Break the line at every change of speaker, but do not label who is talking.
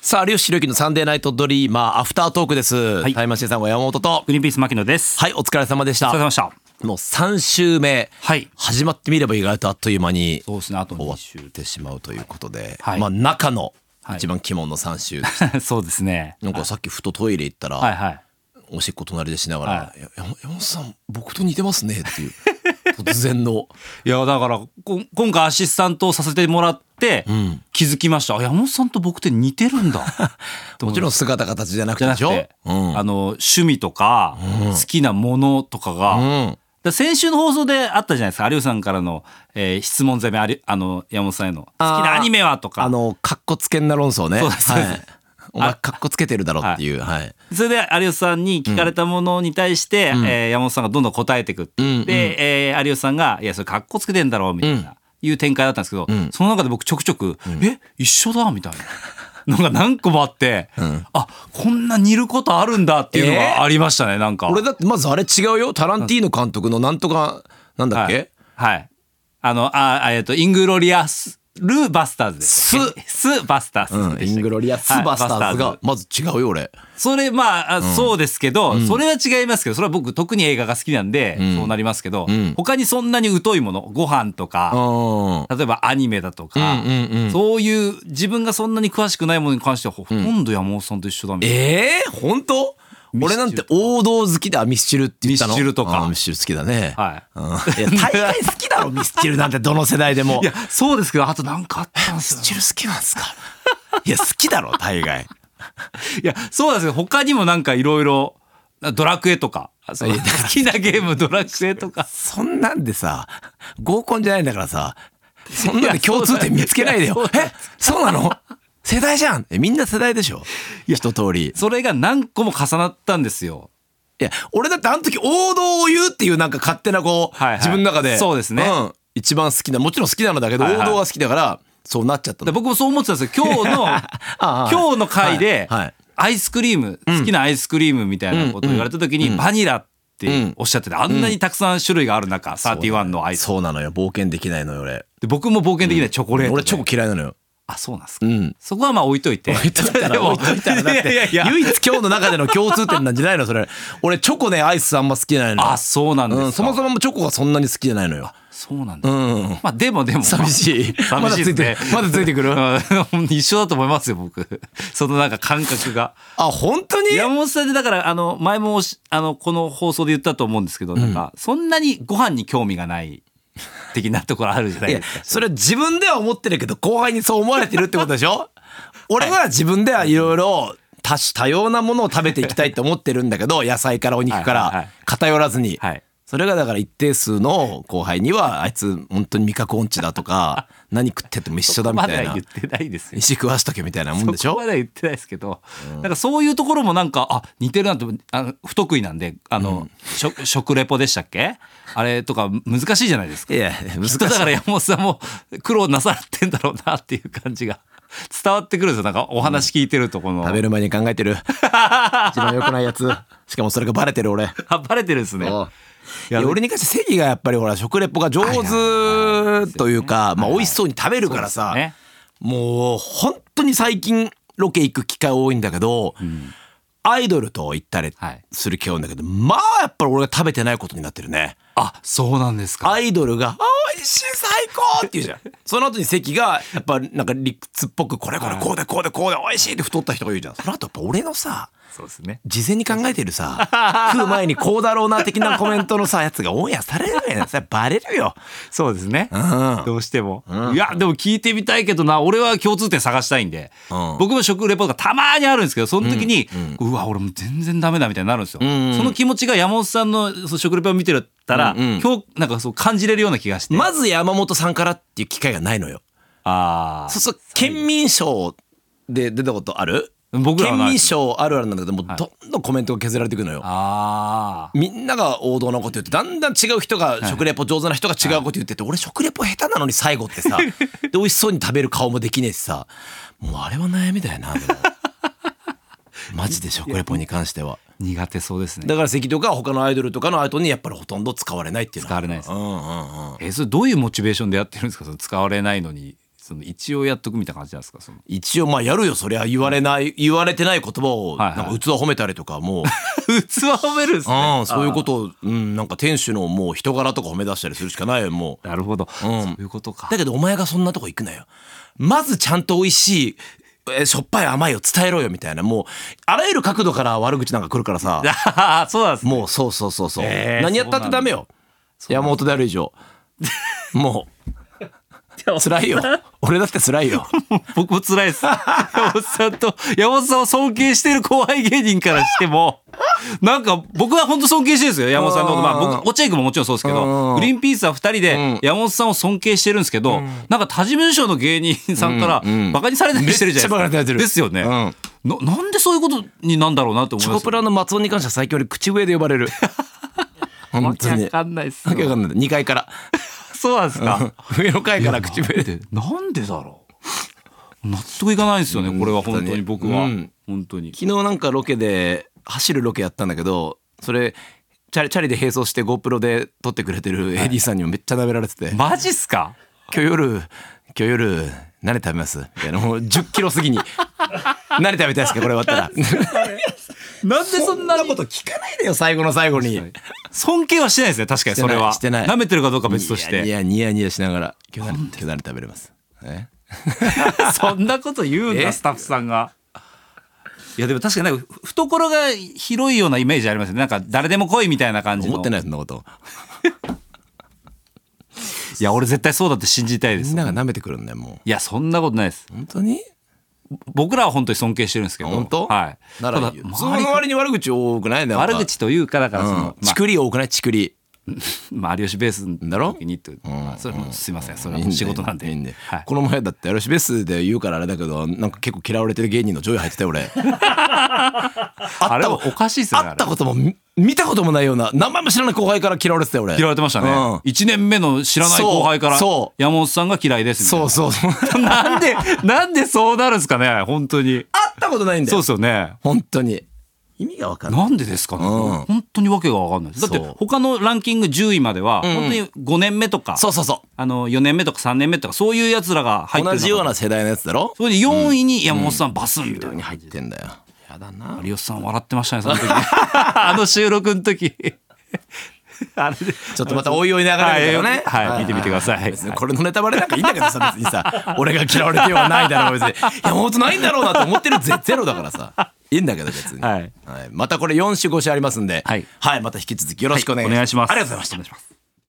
さあ有吉弘行のサンデーナイトドリーマーアフタートークです、
い
タイムマシーンさんが山本と
グリーンピース牧野です。
はいお疲れ様でし
お
た
疲れ様でした。
もう3週目、
はい
始まってみれば意外とあっという間に
そうですね、あと
終わ
2
っ
週
てしまうということで、
はい
まあ中の
はい
一番肝の3週、
で。 そうですね。
なんかさっきふとトイレ行ったら、
はいはい。
おしっこ隣でしながら
は
「いや山山本さん僕と似てますね」っていう突然 の
いや、だから、こん今回アシスタントをさせてもらって、気づきました。あ山本さんと僕って似てるんだ。
もちろん
ん、
姿形じゃなく
じ
てで
ゃなく
しょ
て、
うん
あの、趣味とか、好きなものとかが、
うん
だ先週の放送であったじゃないですか有吉さんからの、えー質問攻めありあの山本さんへの好き
あー
なアニメはとか
あのかっこつけんな論争ね
そうですそうです
はいお前かっこつけてるだろっていうはい
それで有吉さんに聞かれたものに対して、えー山本さんがどんどん答えていくって、
うんうん
で、えー有吉さんが「いやそれかっこつけてんだろ」みたいな、いう展開だったんですけど、
ん
その中で僕ちょくちょく「え一緒だ」みたいな のが何個もあって、あこんな似ることあるんだっていうのがありましたねなんか。
俺だってまずあれ違うよタランティーノ監督のなんとかなんだっ
は
け、
い、はい、あのああえっとイングロリアスルバスターズです スバスター
う
ズでしたっ
ん、
け、
イングロリアス
はい
バスターズ
バ
がまず違うよ俺
それまああ、そうですけど、それは違いますけどそれは僕特に映画が好きなんで、そうなりますけど、
ん
他にそんなに疎いものご飯と
う
か、
ん
例えばアニメだとか、
うんうんうん
そういう自分がそんなに詳しくないものに関してはほとんど山本さんと一緒だみたいな。
ええー、本当
ミス
俺
チル
なんて王道好きだミスチルって言ったの
ミスチルとか
あーミスチル好きだね、
はい
うん、いや大概好きだ ろミスチルなんてどの世代でも
いやそうですけどあと何かあったんです
ミス
よ
チル好きなんですかいや好きだろ大概
いやそうなんですけど他にもなんかいろいろドラクエとかあそう
い
好
やだから
きなゲームドラクエとか
そんなんでさ合コンじゃないんだからさそんなんで共通点見つけないでよえそうなの世代じゃんえみんな世代でしょ一通り
それが何個も重なったんですよ。
いや俺だってあの時王道を言うっていうなんか勝手なこう、
はいはい
自分の中で
そうですね
ん一番好きなもちろん好きなのだけど、
はいはい
王道が好きだからそうなっちゃった
で
の
僕もそう思ってたんですよ今日 の
あ
今日の回で、
はいはい
アイスクリーム好きなアイスクリームみたいなことを言われた時に、バニラっておっしゃっててあんなにたくさん種類がある中、31のアイス
そうなのよ冒険できないのよ俺
で僕も冒険できないチョコレートで、
俺チョコ嫌いなのよ
あそうなんです
う
か、
ん
そこはまあ置いといて
置いといた
で
ら
も
置いといたらだって
いやいやいや
唯一今日の中での共通点なんじゃないのそれ俺チョコねアイスあんま好きじゃないのよ
あそうなんですか、
うん、そもそもチョコがそんなに好きじゃないのよ
そうなん
う
だ、
ん
まあでもでも
寂しい
寂しいですね
まだついてくるまだついてくる
うん 一緒だと思いますよ僕そのなんか感覚が。
あ本当に
山本さんでだからあの前もおしあのこの放送で言ったと思うんですけど、なんかそんなにご飯に興味がない的なところあるじゃないい
や
ですか。
それは自分では思ってるけど後輩にそう思われてるってことでし ょ俺は自分ではいろいろ多種多様なものを食べていきたいと思ってるんだけど野菜からお肉か
はいはい
ら
はい
偏らずに、
はい
それがだから一定数の後輩にはあいつ本当に味覚音痴だと か何食ってても一緒だみ
ま
た
だ
いな
言ってないですよ。
石食わしとけみたいなもんでし
そ
ょ
こまでは言ってないですけど、なんかそういうところもなんかあ似てるなとあの不得意なんであの、食食レポでしたっけあれとか難しいじゃないですか
いや難 しい
だから山本さんも苦労なさってんだろうなっていう感じが伝わってくるんですよなんかお話聞いてるとこの、
食べる前に考えて る一番良くないやつしかもそれがバレてる俺
あバレてるんですね。
いや俺に関して正義がやっぱりほら食レポが上手というか、まあ、美味しそうに食べるからさ、
そうですね
もう本当に最近ロケ行く機会多いんだけど、アイドルと行ったり
はい
する気が多いんだけど、まあやっぱり俺が食べてないことになってるね
あそうなんですか。
アイドルが「あ美味しい最高!」って言うじゃん その後に関がやっぱなんか理屈っぽく「これこれこうでこうでこうで美味しい!」って太った人が言うじゃんその後やっぱ俺のさ
そうですね。
事前に考えてるさ食う前にこうだろうな的なコメントのさやつがオンエアされるやんさバレるよ
そうですね。
ん
どうしても、いやでも聞いてみたいけどな俺は共通点探したいんで、
うん
僕も食レポとかたまにあるんですけどその時に、うわ俺もう全然ダメだみたいになるんですよ、
ん
その気持ちが山本さんのその食レポを見てたら、
うんうん
今日なんかそう感じれるような気がして、
まず山本さんからっていう機会がないのよ
あ
そうそう県民賞で出たことある
僕らは
県
ない
民
です
賞あるあるなんだけどもうどんどんコメントが削られていくのよ
ああ
みんなが王道のこと言ってだんだん違う人が食レポ上手な人が違うこと言ってて俺食レポ下手なのに最後ってさで美味しそうに食べる顔もできねえしさもうあれは悩みだよなで もマジで食レポに関しては。
苦手そうですね
だから関とか他のアイドルとかのアイドルにやっぱりほとんど使われないっていうの
使われないです
うんうんうん
えそれどういうモチベーションでやってるんですかその使われないのにその一応やっとくみたいな感じなんですかその
一応まあやるよそりゃ言われない言われてない言葉を
はい
な
は
ん
い
か器褒めたりとか もう
器褒めるんですね
うんそういうことをうんなんか店主のもう人柄とか褒め出したりするしかないよもう
なるほど、
ん
そういうことか
だけどお前がそんなとこ行くなよまずちゃんと美味しいえーしょっぱい甘いを伝えろよみたいなもうあらゆる角度から悪口なんか来るからさ
あーそうなんですね
もうそうそうそうそう、
えー
何やったってダメよ山本である以上もう辛い よ俺だって辛いよ
僕も辛い です山本さんと山本さんを尊敬してる後輩芸人からしてもなんか僕は本当尊敬してるんですよ山本さんのことまあ
うん
僕落合君ももちろんそうですけ
う
ど
ん
グリーンピースは2人で山本さんを尊敬してるんですけど、なんか他事務所の芸人さんから
んうん
バカにされたりしてるじゃな
め
い
っちゃ馬鹿にさ
で
れ
すか
てる
ですよね、
う
ななんでそういうことになんだろうなと思い
チ
ま
ョコ
す
プラの松尾に関しては最近俺口笛で呼ばれ る本当に
わけわかんないっす
わけわかんない2階から
そうなんですか
上の階から口笛で
でなんでだろう納得いかないんですよねこれは本当に僕は、
うん
本当に
昨日なんかロケで走るロケやったんだけどそれチャリチャリで並走して GoPro で撮ってくれてる AD さんにもめっちゃ舐められてて、
マジっすか
今日夜今日夜何食べますみたいなもう1 0キロ過ぎに 何食べたいですかこれ終 わったら
なんでそんなに
こと聞かないでよ最後の最後に
尊敬はしてないですね確かにそれは
してないしてない
舐めてるかどうかは別とし
い
て
やニヤニヤしながら今日何今日何食べれますえ
そんなこと言うんだ
え
スタッフさんがいやでも確かになんか懐が広いようなイメージありますよねなんか誰でも来いみたいな感じの
思ってないそんなこと
いや俺絶対そうだって信じたいで
み
す
んなが舐めてくるんだよも
いやそんなことないです
う本当に
僕らは本当に尊敬してるんですけど
本当
はい
なら
ただ
いいよその割に悪口多くないね
悪口というかだからその、ま
ちくり多くないちくり
あまあ有吉ベース
だ
の
ろ
時にって、まあそれもすいませんそれ
いい
は
だよ
仕事なんで
いいんで
はい
この前だって有吉ベースで言うからあれだけどなんか結構嫌われてる芸人の上位入ってたよ 俺
あれ
た
はおかしいですよね
会ったこともみ見たこともないような名前も知らない後輩から嫌われてたよ俺
嫌われてましたね、
うん
1年目の知らない後輩から
そうそう
山本さんが嫌いですみたい
そ
な
うそうそう会っ
なんで、なんでそうなるんですかね、本当に。
たことないんだ
そう
よ
ですよね。
本当に意味がわかんない
なんでですかね、
うん
本当にわけがわかんないです。だって
そう
他のランキング10位までは、本当に5年目とか、
そうそうそ
あの4年目とか3年目とか、そういう奴らが入
う
って
同
る中
じような世代のやつだろ
それで4位に山本さんバスンみたい
に
な。
入ってんだよやだな
有吉さん笑ってましたね、その時。 あの収録の時。 あれで。
ちょっとまたおいおい流れるからね。
はいはい見てみてください
別にこれのネタバレなんかいいんだけどさ、別にさ、 俺が嫌われてはないだろう、別に。いや、本当ないんだろうなと思ってるゼゼロだからさ。いいんだけど、別に。
はい
またこれ4種5種ありますんで、
はい
また引き続きよろしくお願いします。
お願いします。
ありがとうございました。
お願いします。